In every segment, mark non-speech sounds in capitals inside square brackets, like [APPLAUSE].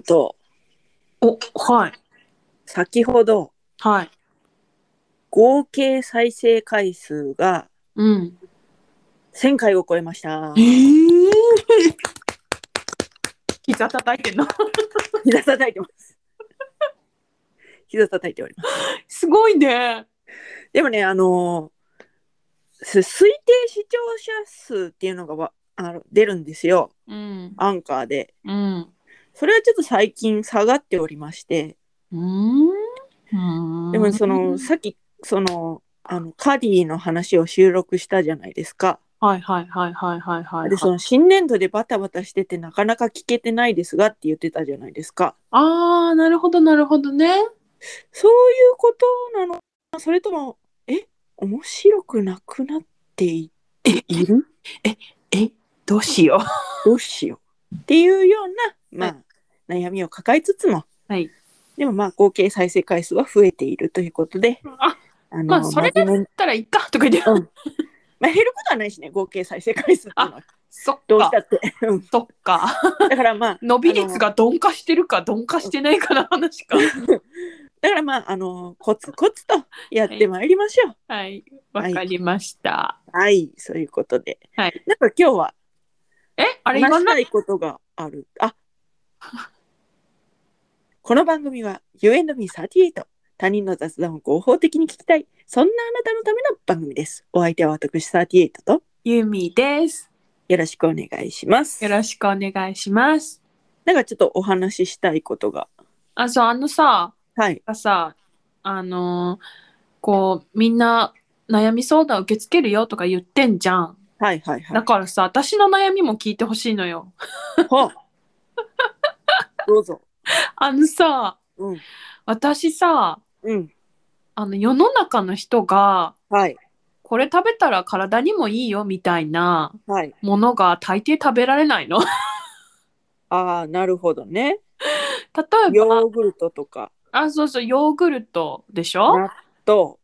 と、お、はい。先ほどはい。合計再生回数がうん。 1000回を超えましたえ。ー、 [LAUGHS] 膝叩いてんの膝叩いてます。膝叩いております。 [LAUGHS] すごいね。でもね、あのーす推定視聴者数っていうのがわあの出るんですよ。うん。アンカーで。うん。それはちょっと最近下がっておりまして。うん。でもその、さっき、その、あのカディの話を収録したじゃないですか。はいはいはいはいはいはい。でその新年度でバタバタしててなかなか聞けてないですがって言ってたじゃないですかああ、なるほどなるほどね。そういうことなのそれともえ面白くなくなっていいるえ、どうしよう。どうしようっていうような、まあ、悩みを抱えつつもはい。でもまあ合計再生回数は増えているということで [LAUGHS] あ、あの、まあそれだっ真面目にたらいいかとか言って。 [LAUGHS] うんまあ、減ることはないしね合計再生回数っていうのはそっどうしかた。ってうんそっか。だからまあ伸び率が鈍化してるか鈍化してないかの [LAUGHS] 話か。だからまああのコツコツとやってまいりましょう。はい。わかりました。はい、そういうことで。はい。なんか今日はえ、あれ言話わしなたいいことがある。あこの番組は U&Me38 他人の雑談を合法的に聞きたいそんなあなたのための番組です。お相手は私38とユミです。よろしくお願いします。よろしくお願いします。なんかちょっとお話ししたいことが。あ、そう、あのさ、はい。がさ、あのーこう、みんな悩み相談受け付けるよとか言ってんじゃん。はいはいはだい。からさ、私の悩みも聞いてほしいのよ。 [LAUGHS] ほうどうぞ。あのさ、うん。私さ、うん。あの、世の中の人が、はい。これ食べたら体にもいいよみたいなはい。ものが大抵食べられないの。 [LAUGHS] 例ああ、なるほどね。えヨば、ーグルトとかあ、そうそう、ヨーグルトでしょ納豆。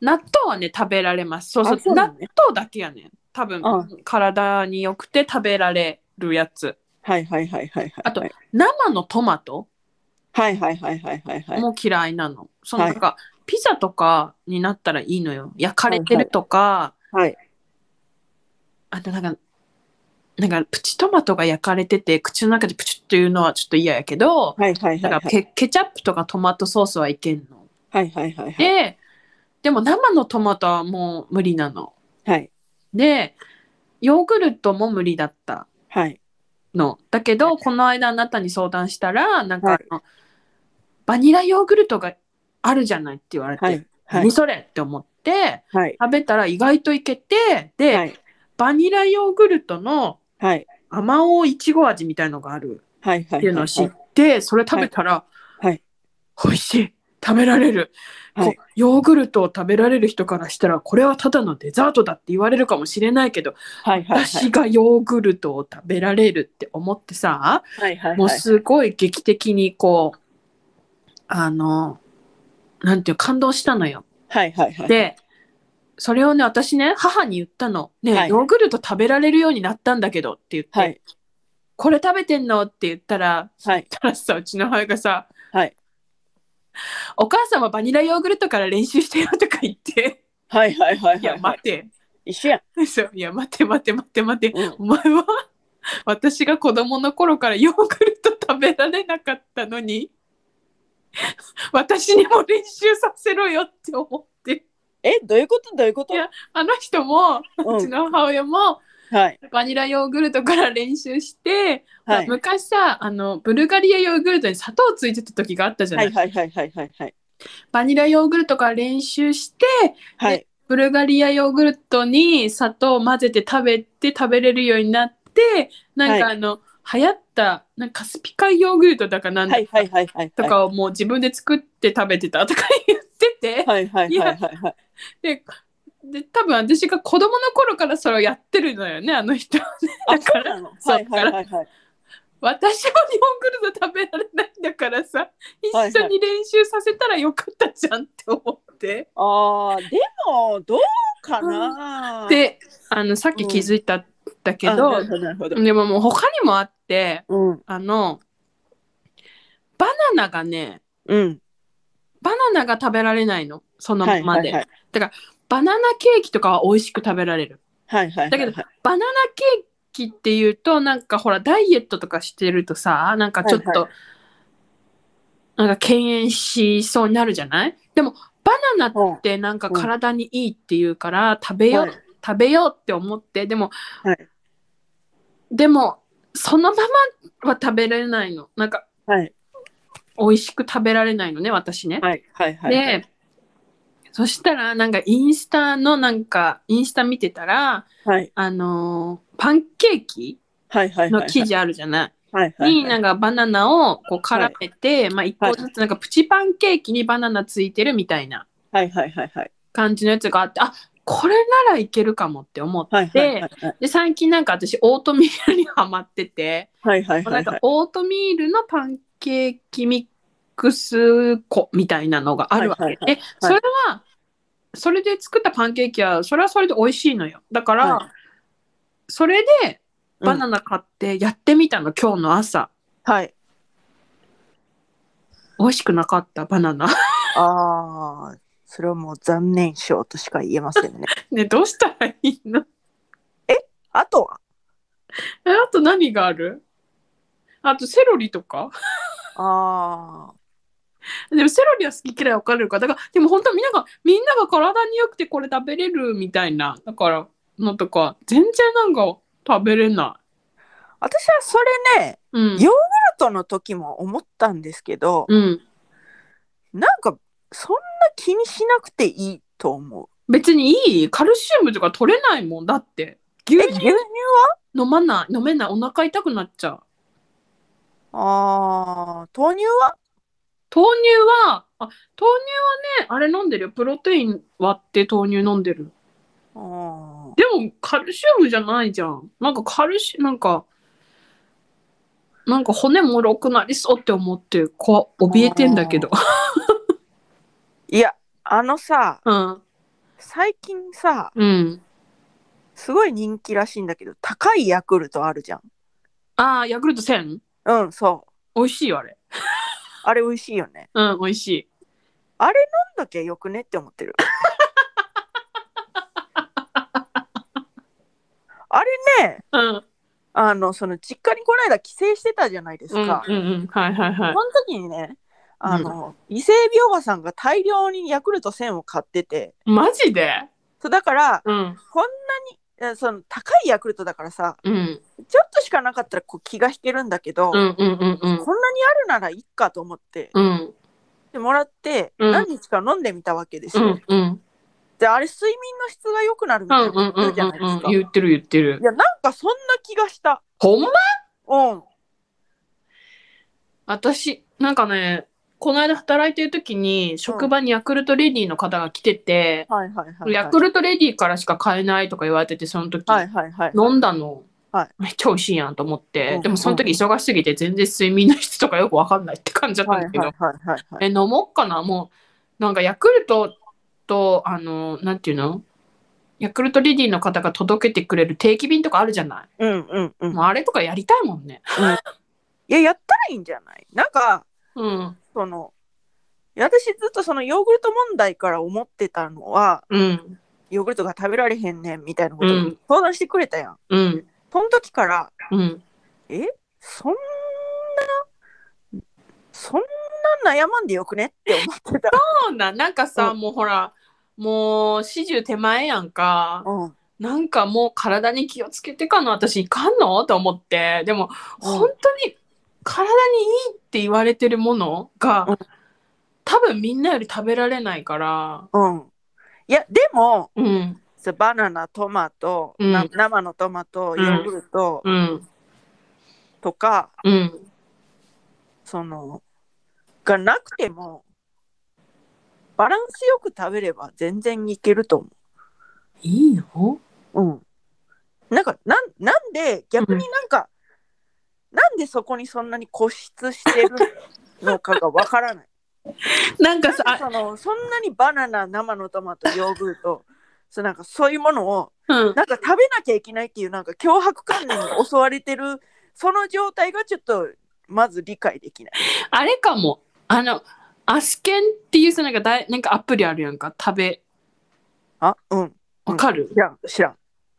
納豆はね、食べられます。そうそあそうう、なの納ね豆だけやねん。多分あ、体に良くて食べられるやつ。はいはいはいはいはい。あと生のトマトはいはいはいはいはいはい。も嫌いなの。そのはないんか、ピザとかになったらいいのよ。焼かれてるとか、はい。あとなんか、なんかプチトマトが焼かれてて、口の中でプチッというのはちょっと嫌やけど、はいはいだはいからはい。ケケチャップとかトマトソースはいけんの。はいはいはいはい。で、でも生のトマトはもう無理なの。はい。で、ヨーグルトも無理だった。はい。の。だけど、この間あなたに相談したら、なんかはあいの、バニラヨーグルトがあるじゃないって言われて、はい。はい何。それって思って、はい。食べたら意外といけて、で、はい。バニラヨーグルトのはい。甘おういちご味みたいのがあるはい。はっていうのを知っい。て、それ食べたら、はい美味しい食べられる、はいこうヨーグルトを食べられる人からしたらこれはただのデザートだって言われるかもしれないけど、はい。はい。私がヨーグルトを食べられるって思ってさ、はい。はい。もうすごい劇的にこう、あの、なんていう感動したのよ。はい。はい。はい。で、それをね、私ね、母に言ったの。ねえ、はいヨーグルト食べられるようになったんだけどって言って、はい。これ食べてんのって言ったら、はい。たらさ、うちの母親がさ、はい。お母さんはバニラヨーグルトから練習してよとか言って、はい。はい。はい。いや、待て、一緒や。そういや、待て、待て、待て、待て、うんお前は私が子供の頃からヨーグルト食べられなかったのに私にも練習させろよって思ってえ、どういうことどういうこといやあの人もううちん。の母親もはい。バニラヨーグルトから練習して、はい。昔さあのブルガリアヨーグルトに砂糖ついてた時があったじゃな、はいい。はい。はい。はい。はい。はい。バニラヨーグルトから練習してはい。ブルガリアヨーグルトに砂糖を混ぜて食べて食べれるようになってなんかはあの、流行ったなんかカスピ海ヨーグルトだかなんだはか,、い。はい。はい。はい。とかをもう自分で作って食べてたとか言ってて、はい。はい。はい。はい。でで多分私が子供の頃からそれをやってるのよねあの人あ、そうなのはい。はい。はい。はい。私もヨーグルト食べられないんだからさはい一緒に練習させたらよかったじゃんって思って、ああ、でも、どうかなであのさっき気づいたんだけど、なるほど。でももう他にもあってうん。あのバナナがねうん。バナナが食べられないのそのままで、はいバナナケーキとかは美味しく食べられるはいはい。だけどバナナケーキっていうとなんかほらダイエットとかしてるとさなんかちょっと、はいなんか敬遠しそうになるじゃないでもバナナど、ってなんかうん体にいいっていうから、食べよう、はい食べようって思ってでも、はいでもそのままは食べられないのなんかはい美味しく食べられないのね私ね。はいはいはい。で、、そしたらなんかインスタのなんかインスタ見てたらはいあのーパンケーキはいはい。の生地あるじゃない。はいはい。になんかバナナをこう絡めて、まあ一個はいずつなんかプチパンケーキにバナナついてるみたいなはいはいはいはい。感じのやつがあってあこれならいけるかもって思って、はいはいはいはい。で最近なんか私オートミールにハマってて、はいはいはなんいはかい。オートミールのパンケーキミックス粉みたいなのがあるわけで、はいはいそれはそれで作ったパンケーキはそれはそれで美味しいのよだから、はいそれでバナナ。ナ買ってやってみたの、今日の朝はい。美味しくなかったバナナ [LAUGHS] ああ、それはもう残念賞としか言えませんね。ね、どうしたらいいのあとはえあと何があるあとセロリとかあでもセロリは好き嫌い分かれるからだからでも本当みんながみんなが体に良くてこれ食べれるみたいなだからのとか全然なんか食べれなあ、私はそれね、いうんヨーグルトの時も思ったんですけど、うんなんかそんな気にしなくていいと思う。別にいいカルシウムとか取れないもんだって牛え、牛乳乳飲まない飲めないお腹痛くなっちゃうはああ、豆乳は豆乳はあ豆乳はねあれ飲んでるよプロテイン割って豆乳飲んでるあでもカルシウムじゃないじゃん。なんかカルシなんかなんか骨もろくなりそうって思ってこわ怯えてんだけど。ーいや、あのさ、うん最近さ、うん。すごい人気らしいんだけど、高いヤクルトあるじゃん。ああヤクルト1000うん、そう。美味しいよあれ。あれ美味しいよね。うん美味しい。飲んどきゃよくねって思ってる。あれね、うんあの、その実家にこの間帰省してたじゃないですうんか。うんうんはいはいはいそ。の時にね、あの、伊勢エビおばさんが大量にヤクルト1000を買ってて、マジで？そうだから、うんこんなに、えその高いヤクルトだからさ、うんちょっとしかなかったらこう気が引けるんだけど、うんうんうんうんこんなにあるならいっかと思って、うんでもらって、うん何日か飲んでみたわけですうよ。んうんで、あれ睡眠の質が良くなるみうたいんなことうん言うじゃないですか。言ってる言ってるい。や、なんかそんな気がした。ほんま？うん。私なんかねこの間働いてる時に職場にヤクルトレディの方が来てて。はいはいはい、はい。ヤクルトレディからしか買えないとか言われてて、その時、はいはいはい。飲んだの、はいめっちゃ美味しいやんと思って、うんでもその時忙しすぎて全然睡眠の質とかよくわかんないって感じだったんはいだはけいど、はいはいはい。え、飲もうかなもう、なんかヤクルトと、あの、なんていうのヤクルトレディの方が届けてくれる定期便とかあるじゃなうんうんうい、ん。いもうあれとかやりたいもんね。や、やったらいいんじゃないなんか、うん、その、いや私ずっとそのヨーグルト問題から思ってたのは、うん、ヨーグルトが食べられへんねんみたいなこうとん相談してくれたやん。うん、その時から、うん。そんな、そんな悩まんでよくねって思って [LAUGHS] た。そうなん、なんかさ、うもうほら、もう四十手前やんか。うん。なんかもう体に気をつけてかな私いかんのと思ってでもうん本当に体にいいって言われてるものが、うん多分みんなより食べられないからうん。いや、でも、うんそうバナナ、トマト、うんな生のトマト、んヨーグルトうんとか、うんその、がなくても、バランスよく食べれば全然いけると思う。いいのうん。なんか、なん、なんで、逆になんか、なんでそこにそんなに固執してるのかがわからない。なんかさなんで [LAUGHS] その、そんなにバナナ、生のトマト、ヨーグルト、そうなんかそういうものを、あうんなんか食べなきゃいけないっていう、なんか脅迫観念に襲われてる、その状態がちょっとまず理解できない。あれかも。あの、アスケンっていうさ、なんかだい、なんかアプリあるやんか。食べ、あ、うん。わかる、知らん、知らん。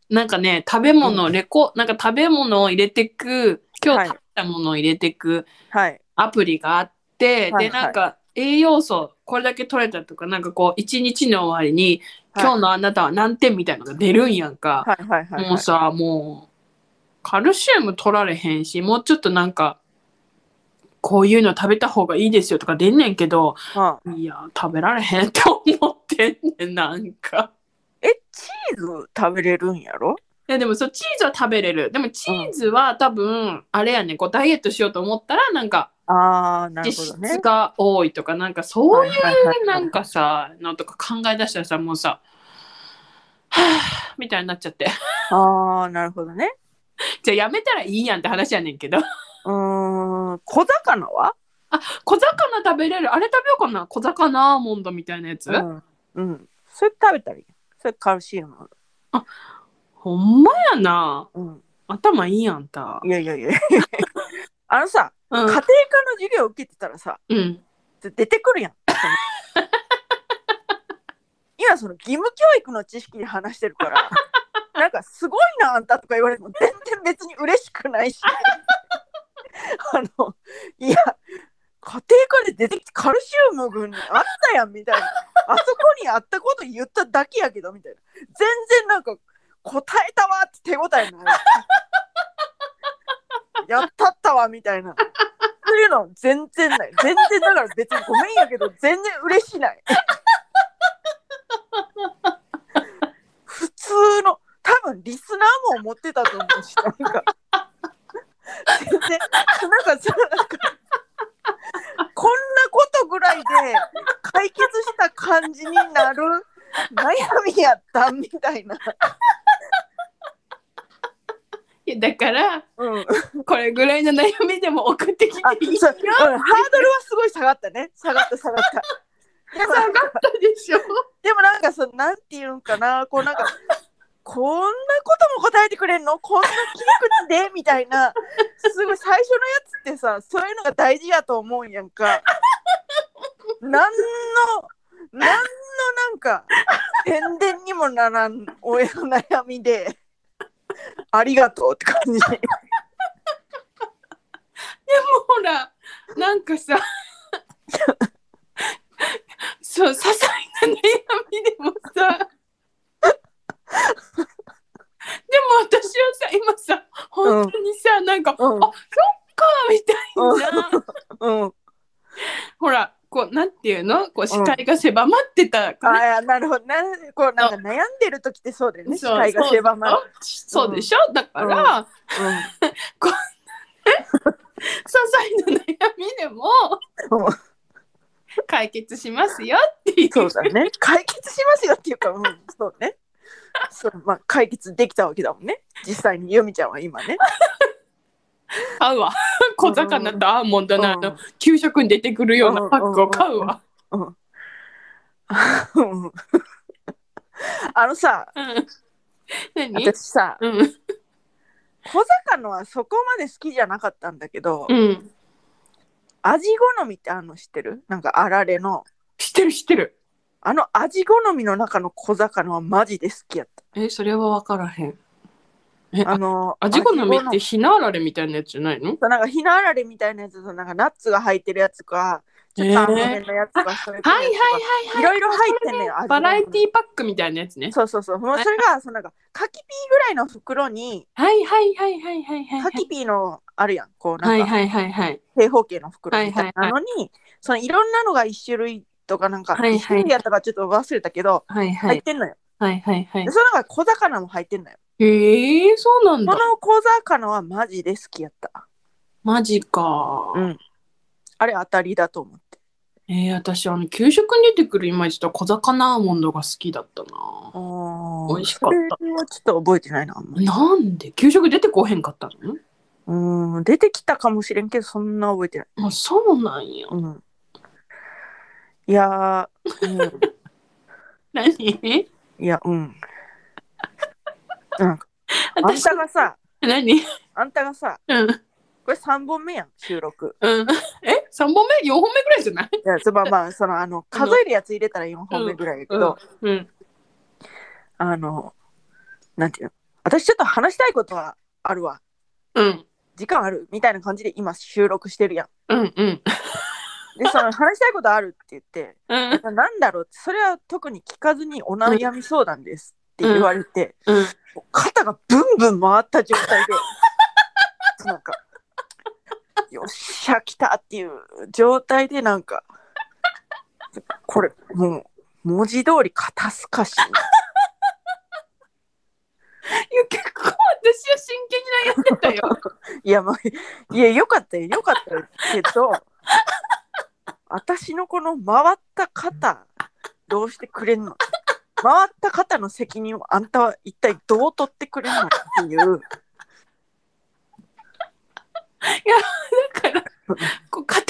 なんかね、食べ物、レコ、なんか食べ物を入れてく、今は日い食べたものを入れてくはい。アプリがあって、はいで、なんか栄養素、これだけ取れたとか、なんかこう、一日の終わりに、はい今日のあなたは何点みたいなのが出るんやんか。はいはいはい、もはうい。さ、もう、カルシウム取られへんし、もうちょっとなんか、こういうの食べた方がいいですよとか出んねんけど、はいや、食べられへんって思ってんねん、なんか。いえ、チーズ食べれるんやろいや、でもそう、チーズは食べれる。でもチーズは多分、あれやねん、こう、ダイエットしようと思ったら、なんか、ああ、なる脂ほど質ね。が多いとか、なんかそういはいうはいはいはいなんかさ、のとか考え出したらさ、もうさ、はぁ、みたいになっちゃって。 [LAUGHS] ああ、なるほどね。じゃあやめたらいいやんって話やねんけど。 [LAUGHS] うーん、小魚は小魚食べれるあれ食べようかな小魚アーモンドみたいなやうつ、ん。うん。それ食べたらいいやん。それカルシウムある。ほんまやなうん。頭いいやんたいやいやい [LAUGHS] や。あのさ、う家ん庭科の授業受けてたらさ、うんで出てくるやん。 [LAUGHS] その今その義務教育の知識で話してるから、なんかすごいなあんたとか言われても全然別に嬉しくないし。 [LAUGHS] あの、いや、家庭科で出てきてカルシウム群にあったやんみたいな。あそこにあったこと言っただけやけどみたいな。全然なんか答えたわって手応えない。やったったわみたいな。そういうの全然ない。全然だから別にごめんやけど、全然嬉しない。普通の、多分リスナーも思ってたと思うし、なんか。全然、なんか、そのなんか、こんなことぐらいで解決した感じになる悩みやったみたいな。いやだからうん。これぐらいの悩みでも送ってきてあ、いいそう、うん、ハードルはすごい下がったね。下がった下がった。でもなんかたでしょでもなんかそのなんていうんかなこうなんかこんなことも答えてくれんのこんな切り口でみたいなすごい最初のやつってさそういうのが大事やと思うんやんか。なんのなんのなんか宣伝にもならん親の悩みでありがとうって感じ。ほらなんかさそう些細な悩みでもさでも私はさ今さ本当にさ、なんか「あうんそっか」みたいな。うん、ほら、こう、なんていうのこう、視界が狭まってたあから。あなるほどなこうなんか悩んでる時ってそうだよね視界が狭まる。そうそうでしょ、だから、些細な悩みでもうんうん解決しますよっていう。そうだね。 [LAUGHS] 解決しますよっていうか、うん、そうね。そう、まあ、解決できたわけだもんね。実際に、ゆみちゃんは今ね。買うわ。小魚とアーモンドのあの、うん給食に出てくるようなパックを買うわ。うんあのさ、うん。何私さ、うん。小魚はそこまで好きじゃなかったんだけど、うん。味好みってあるの知ってるなんかあられの。知ってる知ってる。あの味好みの中の小魚はマジで好きやっえ、それは分からへん。え、た。ああの、味好みって味ひなあられみたいなやつじゃないの好みなんかひなあられみたいなやつと、なんかナッツが入ってるやつか、ちょっと甘めのやつか、それとはいはいはいいろはい。いろ入ってんのよ。味バラエティィパックみたいなやつね。そうそうそう。もうはいそれが、そのなんか、カキピーぐらいの袋に、はいはいはいはいはいはい。カキピーのあるやん。こう、はないんか、はいはいはい。正方形の袋みたいなのに、そのいろんなのが一種類とか、なんか、はいはい一種類やったかちょっと忘れたけど、はいは入っい。てんのよ。はいはいはいで、。その中に小魚も入ってんのよ。ええそうなんこだ。の小魚はマジで好きやった。マジか。うんあれ当たりだと思って。ええ私、あの、給食に出てくるイマイチと小魚アーモンドが好きだったな。お美味しかったそれはちょっと覚えてないな、あんまり。なんで給食出てこへんかったのうん、出てきたかもしれんけど、そんな覚えてない。あ、そうなんや。うん。いやー、うん。何いや、うん。なんか、あん [LAUGHS] 私た、がさ、何あんたがさ、うん。これ3本目やん収録うん、え三3本目4本目ぐらいじゃない、いやつまあまあそのあ [LAUGHS] の数えるやつ入れたら4本目ぐらいやけど、うん、あのなんていうの私ちょっと話したいことはあるわうん時間あるみたいな感じで今収録してるやんうんうんでそ [LAUGHS] の話したいことあるって言ってうんななんだろうってそれは特に聞かずにお悩み相談ですって言われて、うんもう肩がブンブン回った状態で [LAUGHS] なんかよっしゃ来たっていう状態でなんかこれもう文字通り肩透かしいや結構私は真剣に悩んでたよ [LAUGHS] いやまあいやよかったよよかったよけど私のこの回った肩どうしてくれんの回った肩の責任をあんたは一体どう取ってくれんのっていうだからこう肩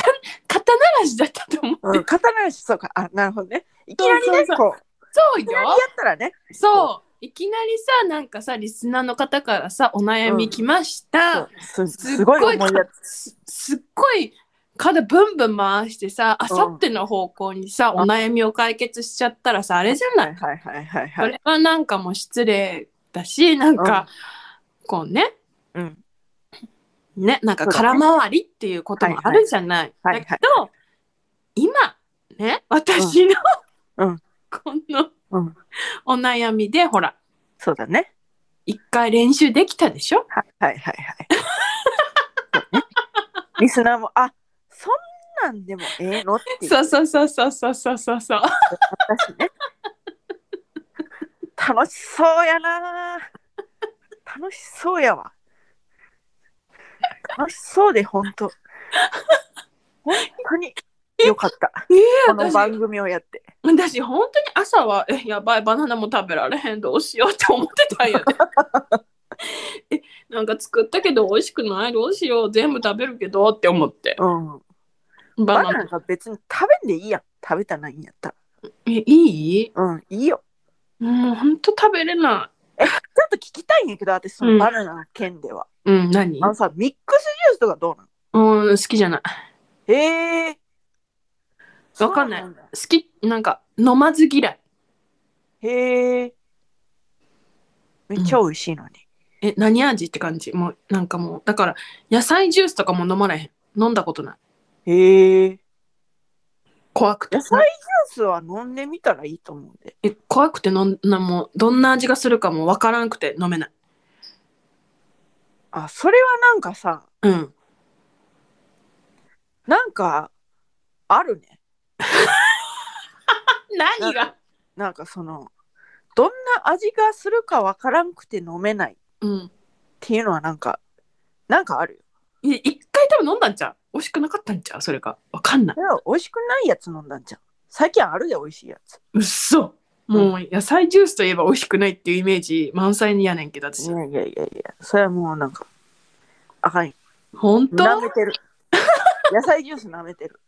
肩慣らしだったと思うってん肩慣らしそうかあなるほどねいきなりねそうそうこうそういきなりよやったらねそういきなりさなんかさリスナーの方からさお悩み来ました、そうすすごい重いやつ。すすっごい肩ブンブン回してさあさっての方向にさ、お悩みを解決しちゃったらさあれじゃない、はいはいはいそはい。れはなんかもう失礼だしなんか、こうねうん、ねなんか空回りっていうこともあるじゃない。はいはいだけど、今ね私の、うんうんこの、うんお悩みでほらそうだね。一回練習できたでしょはいはいはいは [LAUGHS] い。そうねリスナーも、あそんなんでもええのっていうそうそうそうそうそうそうそうそう。私ね。楽しそうやな。楽しそうやわ。楽しそうで、本当。本当によかった。この私番組をやって。私本当に朝はえやばいバナナも食べられへんどうしようって思ってたんやで [LAUGHS] えなんか作ったけど美味しくないどうしよう全部食べるけどって思ってうん。ババナナナナが別に食べんでいいやん。食べたらないんやったえいいら。うん、いいよ。もうほんと食べれなちょっと聞きたいんやけど、私、そうんのバナナの件では。いうん何あのさ、ミックスジュースとかどうなのうん好きじゃないへえ。わかんないそうだ。好きなんか飲まず嫌いへえ。めっちゃ美味しいのに。え何味って感じもうなんかもうだから野菜ジュースとかも飲まれへん飲んだことないへえ。怖くて野菜ジュースは飲んでみたらいいと思うんで。え怖くて飲んなもうどんな味がするかもわからなくて飲めないあ、それはなんかさ、うんなんか、あるね。何がなんかその、どんな味がするかわからんくて飲めないっうん。ていうのはなんか、なんかあるよ。いや一回多分飲んだんちゃう美味しくなかったんちゃうそれか。わかんないそ。れは美味しくないやつ飲んだんじゃん。最近あるで美味しいやつ。うっそ。もう野菜ジュースといえば美味しくないっていうイメージ満載にやねんけどい私。やいやいやいや、それはもうなんか、あかんよ。ほんと舐めてる。野菜ジュース舐めてる。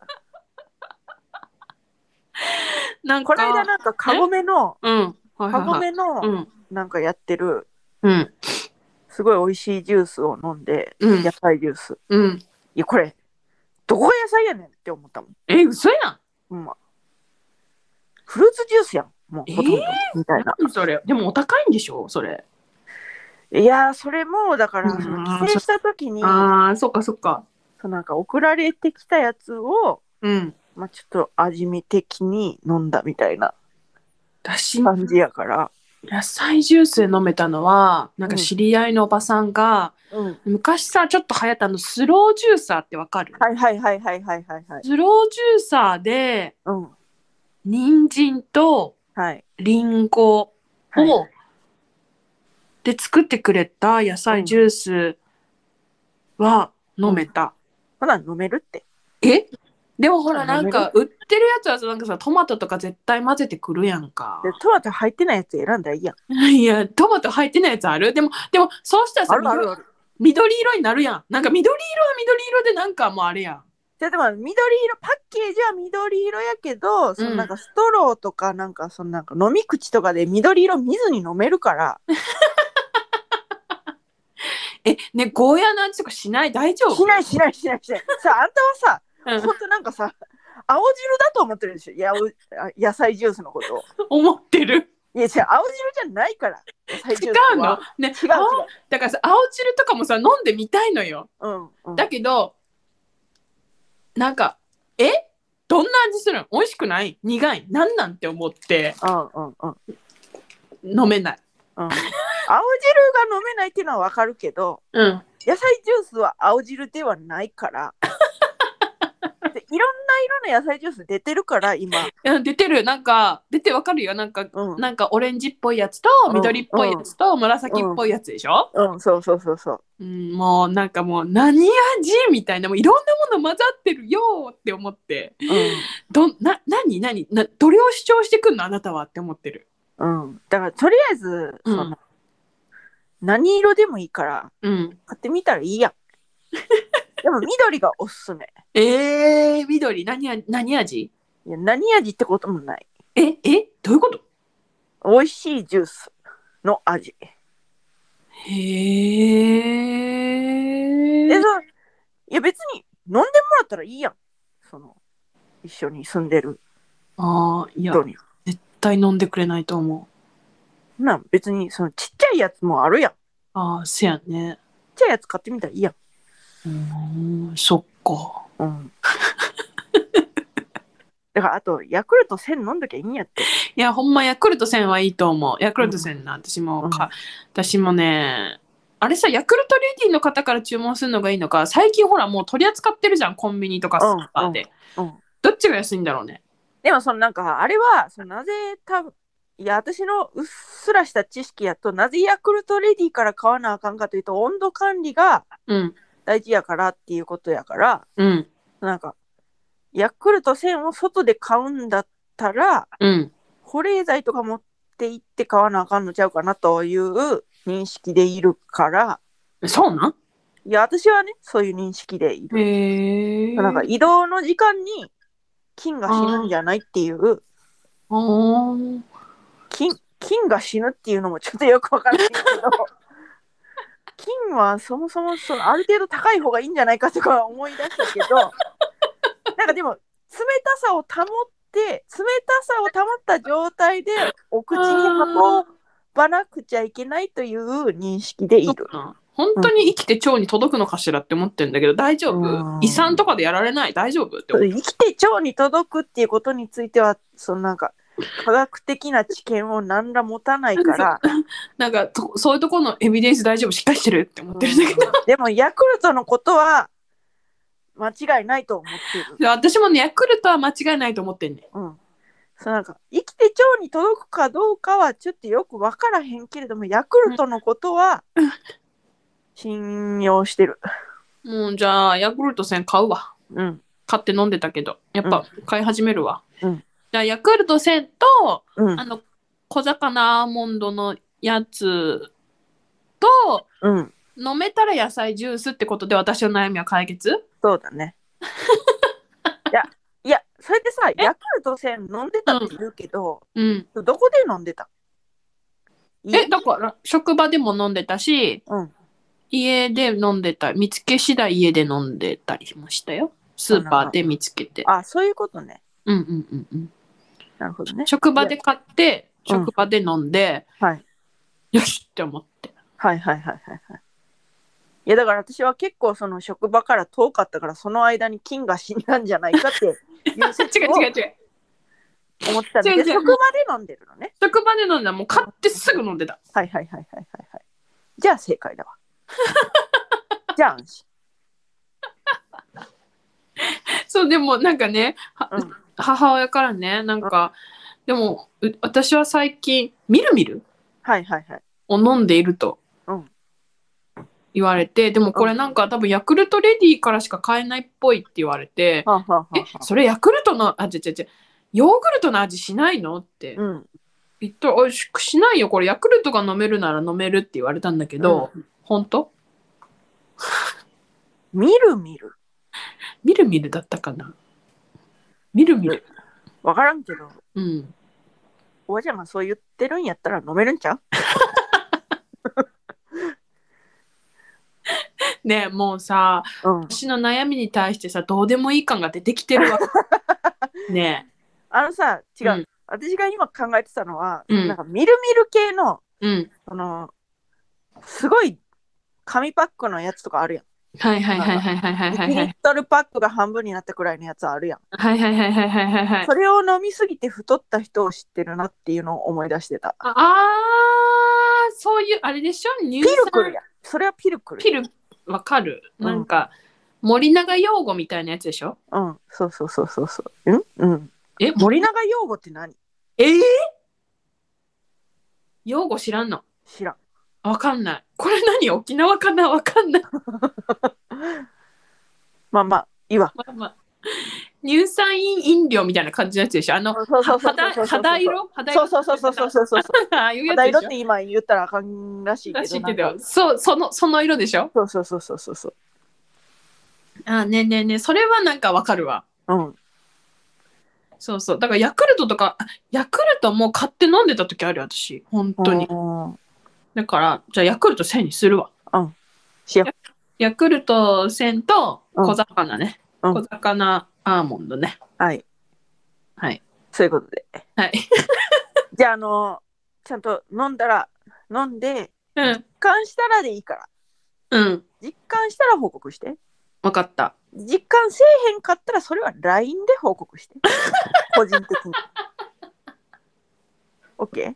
なんこか。の間なんかカゴメの、うん。はいカゴはいはいメのうん。なんかやってる、うん。すごい美味しいジュースを飲んで、うん野菜ジュース。うん。いや、これ、どこが野菜やねんって思ったもん。え、嘘やん。ほんまフルーツジュースやん。もうほとんど、えーみたいな。何それ。でもお高いんでしょそれ。いやー、それも、だから、うんその帰省した時に、ああ、そっかそっか。そのなんか送られてきたやつを、うん。まあ、ちょっと味見的に飲んだみたいな私、感じやから。野菜ジュースで飲めたのは、なんか知り合いのおばさんが、うん。昔さ、ちょっと流行ったあの、スロージューサーってわかる、はいはいはいはいはいはいはい。スロージューサーで、うん。人参とはい。リンゴを、はで作ってくれた野菜ジュースは飲めた、ほな、飲めるって。えでもほらあなんか売ってるやつはさなんかさトマトとか絶対混ぜてくるやんかで、トマト入ってないやつ選んだらいいやん。いやトマト入ってないやつあるでもでもそうしたらさあるあるある。緑緑色になるやんなんか緑色は緑色でなんかもうあれやんじゃでも緑色パッケージは緑色やけど、そのなんかストローとかなんかそのなんか飲み口とかで緑色見ずに飲めるからえ、ね、ゴーヤなんとかしない大丈夫しないしないしないしない。さあ、あんたはさ、うんほんとなんかさ、青汁だと思ってるでしょやおあ野菜ジュースのことを。思ってる。いや、違う、青汁じゃないから。野菜ジ違ュースうのは。ね、違青うだからさ、青汁とかもさ、飲んでみたいのよ。違う。うん。うん、だけど、なんか、えどんな味するん美味しくない苦いなんなんて思ってうんうんうん。飲めない。うん青汁が飲めないっていうのはわかるけど、うん。野菜ジュースは青汁ではない [LAUGHS] から。でいろんな色の野菜ジュース出てるから、今。うん出てる。なんか、出てわかるよ。なんか、うん。なんかオレンジっぽいやつとうん緑っぽいやつと紫っぽいやつでしょ、うん、そうそうそうそう。うん、もうなんかもう何味みたいなもういろんなもの混ざってるよーって思ってどんな何何などれを主張してくんのあなたはって思ってる。うん。うん。だから、とりあえず、うんその何色でもいいから、うん、買ってみたらいい [LAUGHS] やん。でも、緑がおすすめ。えー、緑何味何味いや、何味ってこともない。ええどういうこと美味しいジュースの味。へえ、そうえ。いや、別に、飲んでもらったらいいやん。その、一緒に住んでるあーいや人絶に。対飲んでくれないと思う。なあ別に、その、ちっちゃいやつもあるやん。ちっああせやね。ちゃいやつ買ってみたらいいやん。うーんそっか。うん。 [LAUGHS] だから、あと、ヤクルト1000飲んどきゃいいんやって。いや、ほんまヤクルト1000はいいと思う。ヤクルト1000な、私もか、私もね、あれさ、ヤクルトレディーの方から注文するのがいいのか、最近ほら、もう取り扱ってるじゃん、コンビニとかスーパーで。うんうんうんどっちが安いんだろうね。でもそのなんかあれはそのなぜ多分いや私のうっすらした知識やとなぜヤクルトレディから買わなあかんかというと温度管理がうん、大事やからっていうことやからうん、なんかヤクルト1000を外で買うんだったらうん。保冷剤とか持って行って買わなあかんのちゃうかなという認識でいるからそうなんいや私はねそういう認識でいる、へえ。なんか移動の時間に菌が死ぬんじゃないっていうあー金金が死ぬっていうのもちょっとよくわからないけど金はそもそもそのある程度高い方がいいんじゃないかとか思い出したけどなんかでも冷たさを保って冷たさを保った状態でお口に運ばなくちゃいけないという認識でいそるう。かな本当に生きて腸に届くのかしらって思ってんだけど、大丈うん夫遺産とかでやられない大丈夫って思う。生きて腸に届くっていうことについてはそのなんか科学的な知見を何ら持たないから。 [LAUGHS] なんかと、そういうところのエビデンス大丈夫しっかりしてるって思ってるんだけど。 [LAUGHS] でもヤクルトのことは間違いないと思ってる。で私もね、ヤクルトは間違いないと思ってんね。うん。そうなんか生きて腸に届くかどうかはちょっとよく分からへんけれどもヤクルトのことは信用してる。もうじゃあ、ヤクルト1000買うわ。うん。買って飲んでたけど、やっぱ買い始めるわ。うんじゃあ、ヤクルト1000と、うんあ。の、小魚アーモンドのやつと、うん。飲めたら野菜ジュースってことで私の悩みは解決そうだ [LAUGHS] ね。いや、いや、それでさ、ヤクルト戦飲んでたって言うけど、うん。どこで飲んでたえ、だから、職場でも飲んでたし、うん家で飲んでた。見つけ次第家で飲んでたりしましたよ。スーパーで見つけて。あ、そういうことね。うんうんうんうん。なるほどね。職場で買っうて、ん職場で飲んで、はいよしって思って。はいはいはいはいはい。いやだから私は結構その職場から遠かったからその間に菌が死んだんじゃないかっていう説 [LAUGHS] 違をう違う違う。思ってたんだけ違う違どう職場で飲んでるのね。職場で飲んだらもう買ってすぐ飲んでた。はいはいはいはいはいはい。じゃあ正解だわ。じゃあ安心。そう、でもなんかね、はうん母親からね、なんか、でもう私は最近、みるみるはいはいはい。を飲んでいるとうん言われて、でもこれなんか多分ヤクルトレディーからしか買えないっぽいって言われて、はあ、はあはあえ、それヤクルトの、あ、違う違う違う、ヨーグルトの味しないのってうん言ったら、おいしくしないよ、これヤクルトが飲めるなら飲めるって言われたんだけど、本当見る見る。みるみるだったかなみるみる。わからんけど、うん。おばちゃんがそう言ってるんやったら飲めるんちゃうねもうさうん、私の悩みに対してさどうでもいい感が出てきてるわ [LAUGHS] ねあのさ違う、うん私が今考えてたのは、うんなんかみるみる系のうんそのすごい紙パックのやつとかあるやん。はいはいはいはいはいはいは [LAUGHS] 1いはリいットルパックが半分になったくらいのやつあるやん。はいはいはいはいはいはいはいそれを飲みすぎて太った人を知ってるなっていうのを思い出してた。ああーそういうあれでしょ乳ピルク酸ルやん。それはピルクル。ピルわかる、うんなんか森永用語みたいなやつでしょうん、そうそうそうそうそう。んうん。え森永用語って何ええ用語知らんの知らん。わかんないこれ何沖縄かなわかんない、まあまあ、いいわ。まあまあ乳酸飲料みたいな感じのやつでしょあのそうそうそうそうそうそう肌肌色肌そ色うそうそうそうそうそうそう。ああいうやつ肌でし色ょって今言ったらあかんらしいけらしどいけな。どそうそのその色でしょそうそうそうそうそうそう。ああねえねえねえそれはなんかわかるわうん。そうそうだからヤクルトとかあヤクルトも買って飲んでた時あるよ私本当にうんだからじゃあヤクルト1000にするわしよヤクルト1000とうん小魚うね、ん小魚アーモンドねう。はい。はいそういうことで。はい [LAUGHS] じゃあ、あのちゃんと飲んだら、飲んで、うん実感したらでいいから。うん実感したら報告して。分かった実感せえへんかったら、それは LINE で報告して。個人的 [LAUGHS] に。OK? 分か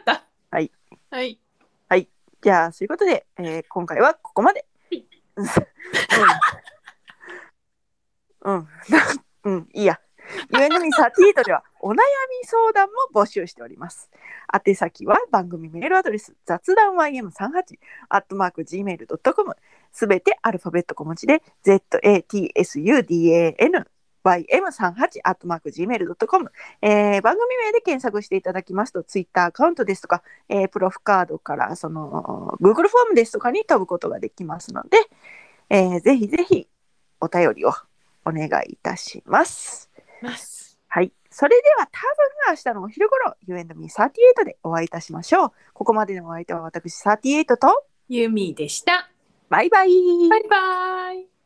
ったはいはいじゃあ、そういうことで、えー今回はここまで。うん。うん。うん、いいや。ゆえのみ38ではお悩み相談も募集しております。宛先は番組メールアドレス雑談 ym38 アットマーク gmail.com すべてアルファベット小文字で zatsudan ym38 アットマーク gmail.com、えー、番組名で検索していただきますとツイッターアカウントですとか、えープロフカードからその Google フォームですとかに飛ぶことができますので、えーぜひぜひお便りをお願いいたします。ますはい。それでは多分明日のお昼頃、U&Me38 でお会いいたしましょう。ここまでのお相手は私38と、ユミでしたバイバイ。バイバイ